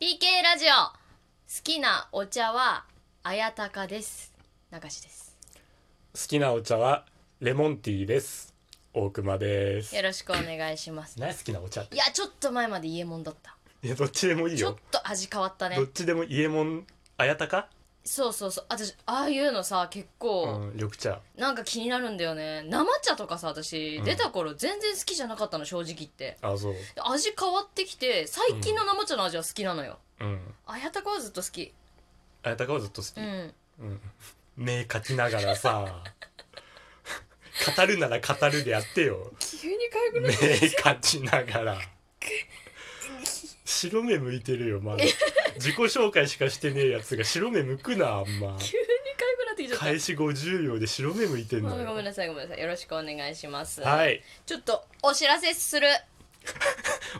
PK ラジオ好きなお茶は綾鷹です流しです好きなお茶はレモンティーです大熊ですよろしくお願いします何好きなお茶っていやちょっと前まで家んだったいやどっちでもいいちょっよと味変わったねどっちでも伊右衛門綾鷹そうそうそう私ああいうのさ結う構、ん緑茶なんか気になるんだよね生茶とかさ私、うん出た頃全然好きじゃなかったの正直言ってあそうで味変わってきて最近の生茶の味は好きなのよ、うん綾鷹はずっと好き綾鷹はずっと好きう、んうん目描きなが らさ語るなら語るでやってよ急にかゆく目描きながら白目向いてるよ まだ自己紹介しかしてねえやつが白目向くなあん まかゆくなってきちゃった開始50秒で白目向いてんのあごめんよなさいごめんなさいよろしくお願いしますはいちょっとお知らせする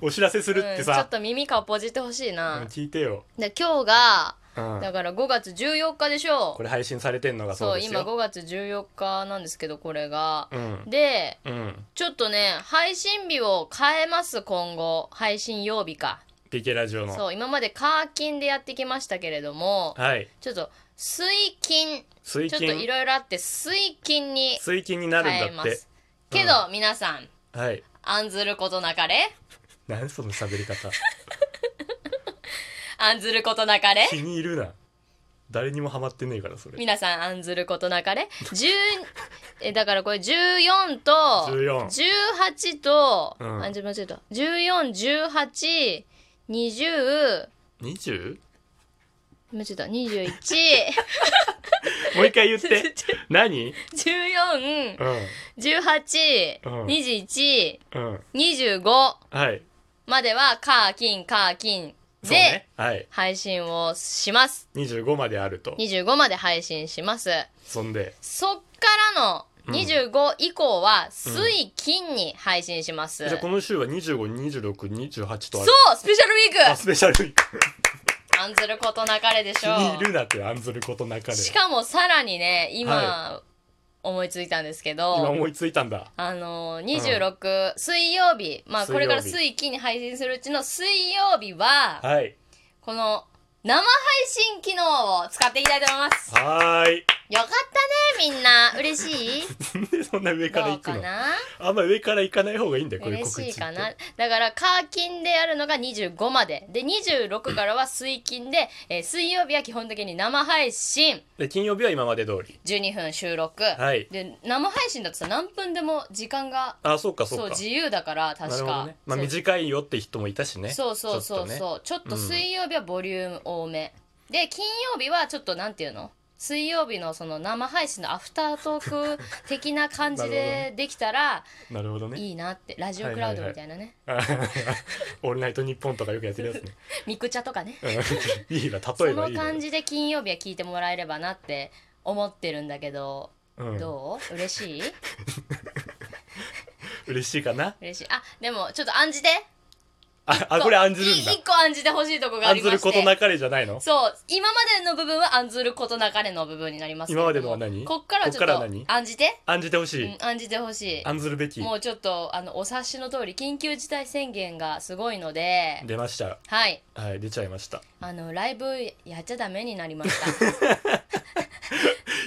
お知らせするってうんちょっさ、と耳かっぽじってほしいな、聞いてよ、で今日がうんだから5月14日でしょこれ配信されてんのがそそううです今よ5月14日なんですけどこれが、うんでうんちょっとね配信日を変えます今後配信曜日か PK ラジオのそう今までカーキンでやってきましたけれどもはいちょっと水金水ちょっとい金ろいろあって水金に水金になる変えんだっまてすけど、皆さんはい案ずることなかれ何その喋り方案ずることなかれ気に入るな誰にもハマってねえからそれ皆さん案ずることな かれ10えだからこれ14と14 18と、うんあちょ間違えた141820 20? 間違えた もう一回言って何21141821うんうんうん25はいまではカーキンカーキンそうでねはい配信をします25まであると25まで配信しますそんでそっからの25以降はん水金に配信します、じゃあこの週は252628とあるそうスペシャルウィあークスペシャルウィーク案ずることなかれでし気ょに入るうなって案ずることなかれしかもさらにね今、は思いついたんですけ今ど思いついたんだあのー26、水曜日まあこれから水曜水金に配信するうちの水曜日は、はいこの生配信機能を使っていきたいと思いますはーいよかったねみんな嬉 しいなんでそんな上からど行うくかのなあんま上から行かない方がいいんだよこれ嬉告知しっいてかなだから課金でやるのが25までで26からは水金で、えー水曜日は基本的に生配信で金曜日は今まで通り12分収録、はいで生配信だとさ何分でも時間があそうかそうそうか自由だからなる確ほどか、ねまあそう短いよって人もいたしねそうそうそうちょっそうちょっと水曜日はボリューム多め、で金曜日はちょっとなんていうの水曜日のその生配信のアフタートーク的な感じ なるほどでできたらとねなるほどねいいなってラジオクラウドみたいなね、あ オールナイトニッポンとかよくやってるやつねミクチャとかねうんいいなそ例えばのいいな感じで金曜日は聞いてもらえればなって思ってるんだけど、うんどう嬉しい嬉しいかな嬉しいあでもちょっと暗示でああこれ案ずるんいだ一個案じてほしいとこがあ案りずまるしてことなかれじゃないのそう今までの部分は案ずることなかれの部分になりますけれども今までのは何こっからはちょこっからっはと何案じて、案じてほしういん、案じてほし案ずるべいきもうちょっとあのお察しの通り緊急事態宣言がすごいので出ましたはいはい出ちゃいましたあのライブやっちゃダメになりました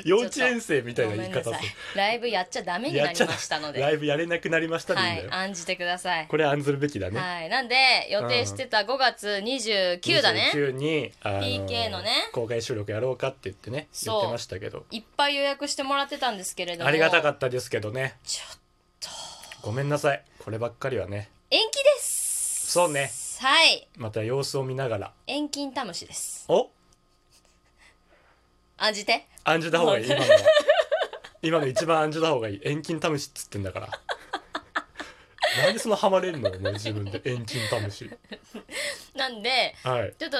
幼稚園生みたいなご言めんいな方さいすライブやっちゃダメるになりましたのでライブやれなくなりましたでいいはんだいよ案じてくださいこれ案ずるべきだねはいなんで予定してた5月29だね29に、あ PK のね公開収録やろうかって言ってねそう言ってましたけどいっぱい予約してもらってたんですけれどもありがたかったですけどねちょっごめんなさいこればっかりはね延期ですそうねはいまた様子を見ながら遠近タムシですお案じて案じた方がいい今のは今の一番案じた方がいい遠近試しっつってん だからなんでそのハマれるのお前自分で遠近試しなんではいちょっと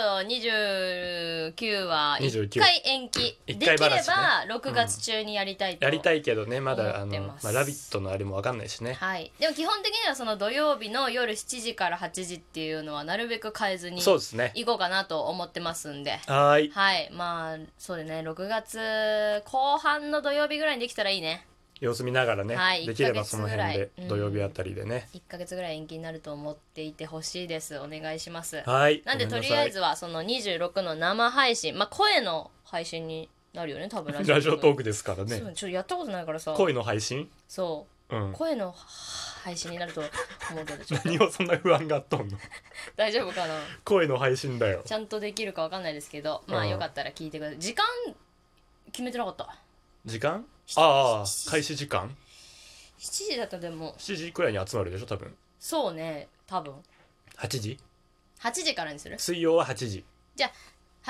29は29 1回延期で一きれ回ば話ね6月中にやりたいと、やりたいけどねまだあ思っての、まますあ、ラビットのあれもわかんないしねはいでも基本的にはその土曜日の夜7時から8時っていうのはなるべく変えずにそうですね行こうかなと思ってますんではーいはいまあそうだね6月後半の土曜日ぐらいにできたらいいね様子見ながらね、はいできれば1その辺でうん土曜日あたりでね、 1ヶ月ぐらい延期になると思っていてほしいですお願いしますはいなんでごとめりあえずはその26の生配信まあ声の配信になるよね多分んなさい ラジオトーククですからねねちょっとやったことないからさ恋の配信そううん声の配信になると思うけどちょっと 何をそんな不安があっとんの大丈夫かな恋の配信だよちゃんとできるかわかんないですけどまあうんよかったら聞いてください時間決めてなかった時間ああ開始時間7時だったでも7時くらいに集まるでしょ多分そうね多分8時8時からにする水曜は8時8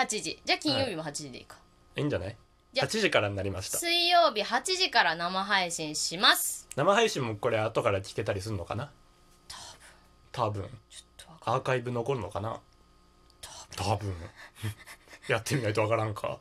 時じゃあ金曜日も8時でいいか、いいんじゃないじゃあ8時からになりました水曜日8時から生配信します生配信もこれ後から聞けたりするのかな多分ちょっとわかんアーカイブ残るのかな多分やってみないとわからんか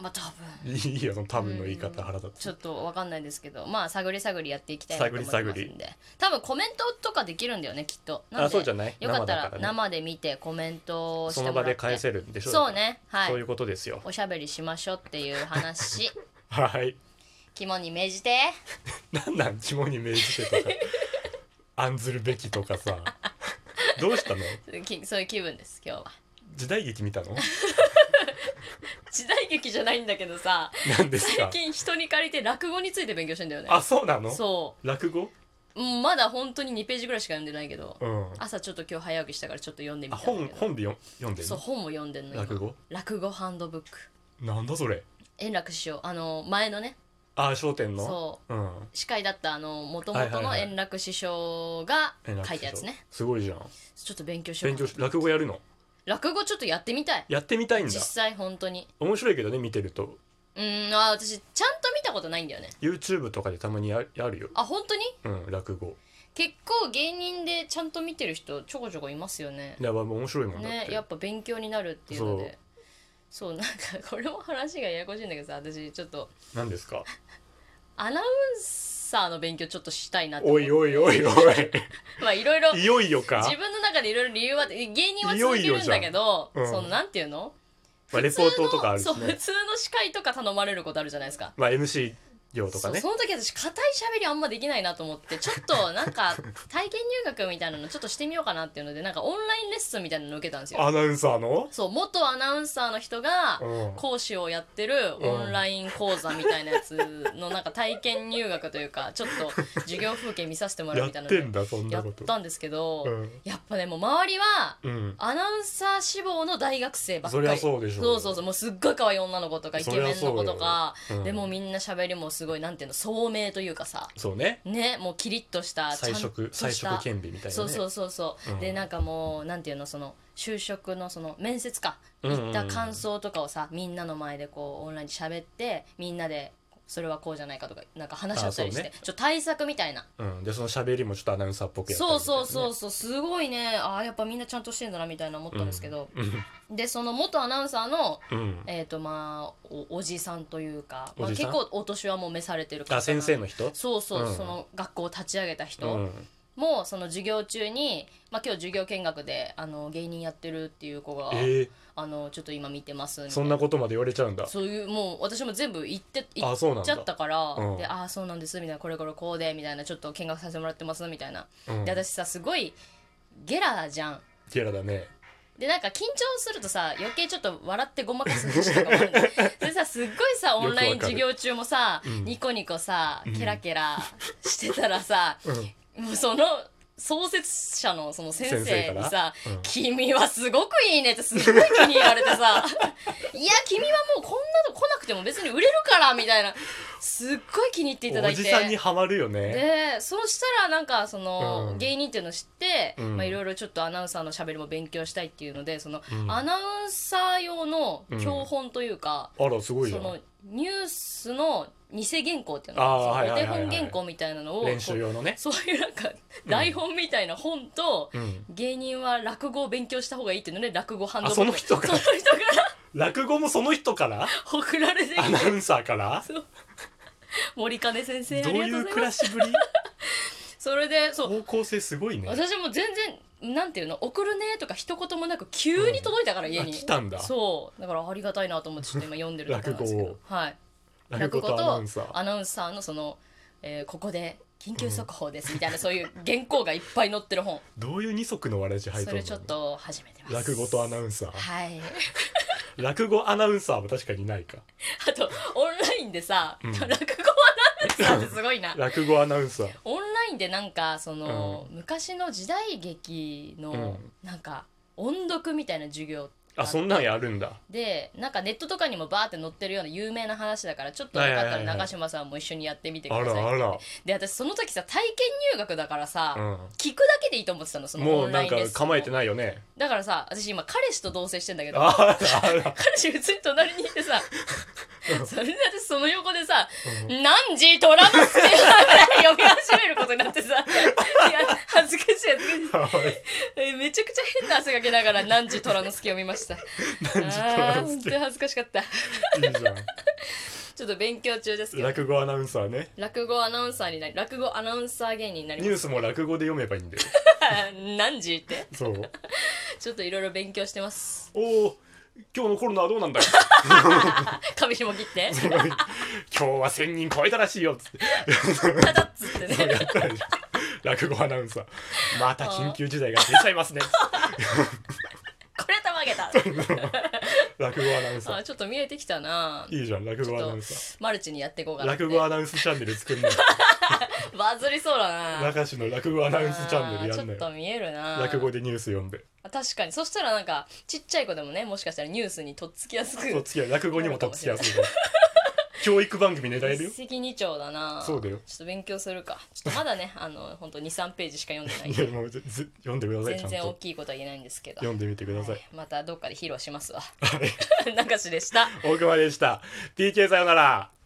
まあ多分いいよその多分の言い方腹立ちょつっとわかんないですけどまあ探り探りやっていきたいなと思いますんで探り探多分コメントとかできるんだよねきっとなんであそうじゃないよかったら生だからね生で見てコメントをしてそもらのって場で返せるんでしょそうねはいそういうことですよおしゃべりしましょうっていう 話はい肝に銘じてなんなん肝に銘じ てとか案ずるべきとかさどうしたのきそういう気分です今日は時代劇見たの時代劇じゃないんだけどさ何です最か近人に借りて落語について勉強してんだよねあそうなのそ落語ううんまだ本当に2ページぐらいしか読んでないけどうん朝ちょっと今日早起きしたからちょっと読んでみあたんだけど本本でよ読んでるそう本を読んでんの今落語落語ハンドブックなんだそれ円楽師匠あの前のねあ商店の、そうん、司会だったあの元はいは々いのはい円楽師匠が円楽書い師匠たやつねすごいじゃんちょっと勉強しよう勉かな強し落語やるの落語ちょっとやってみたいやってみたいんだ実際本当に面白いけどね見てるとうーんあ私ちゃんと見たことないんだよね YouTube とかでたまにややるよあ本当にうん落語結構芸人でちゃんと見てる人ちょこちょこいますよねいやまあ面白いもんだっねて、やっぱ勉強になるっていうのでそうなんかこ れも話がややこしいんだけどさ私ちょっと何ですかアナウンサーの勉強ちょっとしたいなって思おっていおいおい おまあいろいろいいよいよか自分の中でいろいろ理由は芸人は続けるんだけどいよいよじゃんうそんのなんていうのまあ、レポートとかあるしそう普ね通の司会とか頼まれることあるじゃないですかまあ MC 業とかそうねその時私硬い喋りあんまできないなと思ってちょっとなんか 体験入学みたいなのちょっとしてみようかなっていうのでなんかオンラインレッスンみたいなの受けたんですよアナウンサーのそう元アナウンサーの人がうん講師をやってるオンライン講座みたいなやつのなんか体験入学というかちょっと授業風景見させてもらやうっみたいなてんのだそんやなっことたんですけど、うんやっぱねもう周りはうんアナウンサー志望の大学生ばっかりそりゃそうでしょうそうそうそうもうすっごい可愛い女の子とかイケメンの子とか、そりゃそうようんでもみんな喋りもすごいなんていうの聡明というかさそうねねもうキリッとした彩色彩色み兼備みたいなねそうそうそうそう、うんでなんかもうなんていうのその就職のその面接かうんうんうん行った感想とかをさみんなの前でこうオンラインで喋ってみんなでそれはこうじゃないかとかなんか話し合ったりして、あそうねちょっと対策みたいなうん、でその喋りもちょっとアナウンサーっぽくやったりそうみたいなそねうそうそうすごいねあーやっぱみんなちゃんとしてんだなみたいな思ったんですけど、うでその元アナウンサーのん、うん、えっ、とまあおおじさんというか、まあ、お結じさん構お年はもう召されてるあ先生のの人そうそう、うんその学校を立ち上げた人、うんもうその授業中に、まあ、今日授業見学であの芸人やってるっていう子が、えあのちょっと今見てますみたー、いそんなことまで言われちゃうんだそういうもう私も全部言って言あっそうなんちゃだったからうんでああそうなんですみたいなこれこれこうでみたいなちょっと見学させてもらってますみたいな、うんで私さすごいゲラじゃんゲラだねでなんか緊張するとさ余計ちょっと笑ってごまかす節とかもあるんだよ でさすっごいさオンライン授業中もさ、うんニコニコさうんケラケ ラしてたらさ、うんもうその創設者のその先生に先生さ「らうん君はすごくいいね」ってすっごい気に入られ てさ「いや君はもうこんなの来なくても別に売れるから」みたいなすっごい気に入っていただおいてじさんにはまるよねでそうしたらなんかその、うん芸人っていうのを知って、うんまあ、いろいろちょっとアナウンサーのしゃべりも勉強したいっていうのでその、うんアナウンサー用の標本というか、あらすごいじそゃんのニュースの偽原稿っていうのあーそのはいおはい手はいはい本原稿みたいなのを練習こ用のうねそういうなんか台本みたいな本と、 うん芸人は落語を勉強した方がいいっていうので落語ハンドあその人かからその人から落語もその人から送られてきて アナウンサーから森金先生どあうりいがとううござい暮まらすしぶりそれでそう方向性すごいね私も全然なんていうの送るねとか一言もなく急に届いたから家に、あ来たんだそうだからありがたいなと思ってちょっと今読んでるところなんですけ落どはい落語とアナウンサーアナウンサーのそのえーここで緊急速報ですみたいな、そういう原稿がいっぱい載ってる本どういう二足のわらじ入っそとれるのちょっと初めてます落語とアナウンサーはい 落語アナウンサーも確かにないかあとオンラインでさ、うん落語アナウンサーってすごい な落語アナウンサーオンラインでなんかその、昔の時代劇のうんなんか音読みたいな授業あそんなんやるんだでなんかネットとかにもバーって載ってるような有名な話だからちょっとよかはいっはたらいはいはい長嶋さんも一緒にやってみてくあだらさあいらで私その時さ体験入学だからさ、う聞くだけでいいと思ってたのそんのもオうンなラんインかレッスン構えてない よねだからさ私今彼氏と同棲してんだけどあらあら彼氏普通に隣にいてさそれで私その横でさ「う何時トラマス」って読み始めることになってさいや恥ずかしい恥ずかしいえめちゃくちゃ変な汗かけながら「何時虎之助」読みました何時あートラ本ス当ケに恥ずかしかったいいじゃんちょっと勉強中ですけど落語アナウンサーね落語アナウンサーになり落語アナウンサー芸人になりニュまースも落語で読めばいいんだよした 何時ってそうちょっといろいろ勉強してます おお今日のコロナはどうなんだよ髪ひも切 って今日は1000人超えたらしいよつって ただっつってそうねやったでしょ落語アナウンサーまた緊急事態が出ちゃいます ねこれ頭上げた落語アナウンサあちょっと見えてきたなーいいじゃん落語アナウンサマルチにやっていこうかーなって落語アナウンスチャンネル作んなよバズりそうだな中市の落語アナウンスチャンネルやんあーちょっなよと見えるな落語でニュース読んであ確かにそしたらなんかちっちゃい子でもねもしかしたらニュースにとっつきやすそくう付き合い落語にもとっつきやすい から教育番組狙えるよ一石二鳥だなそうだよちょっと勉強するかちょっとまだねあの本当二23ページしか読んでないんいやでもうぜず読んでくださいちゃ全ん然大ときいことは言えないんですけど読んでみてくださいはいまたどっかで披露しますわ はい中志でした大熊でした PK さよなら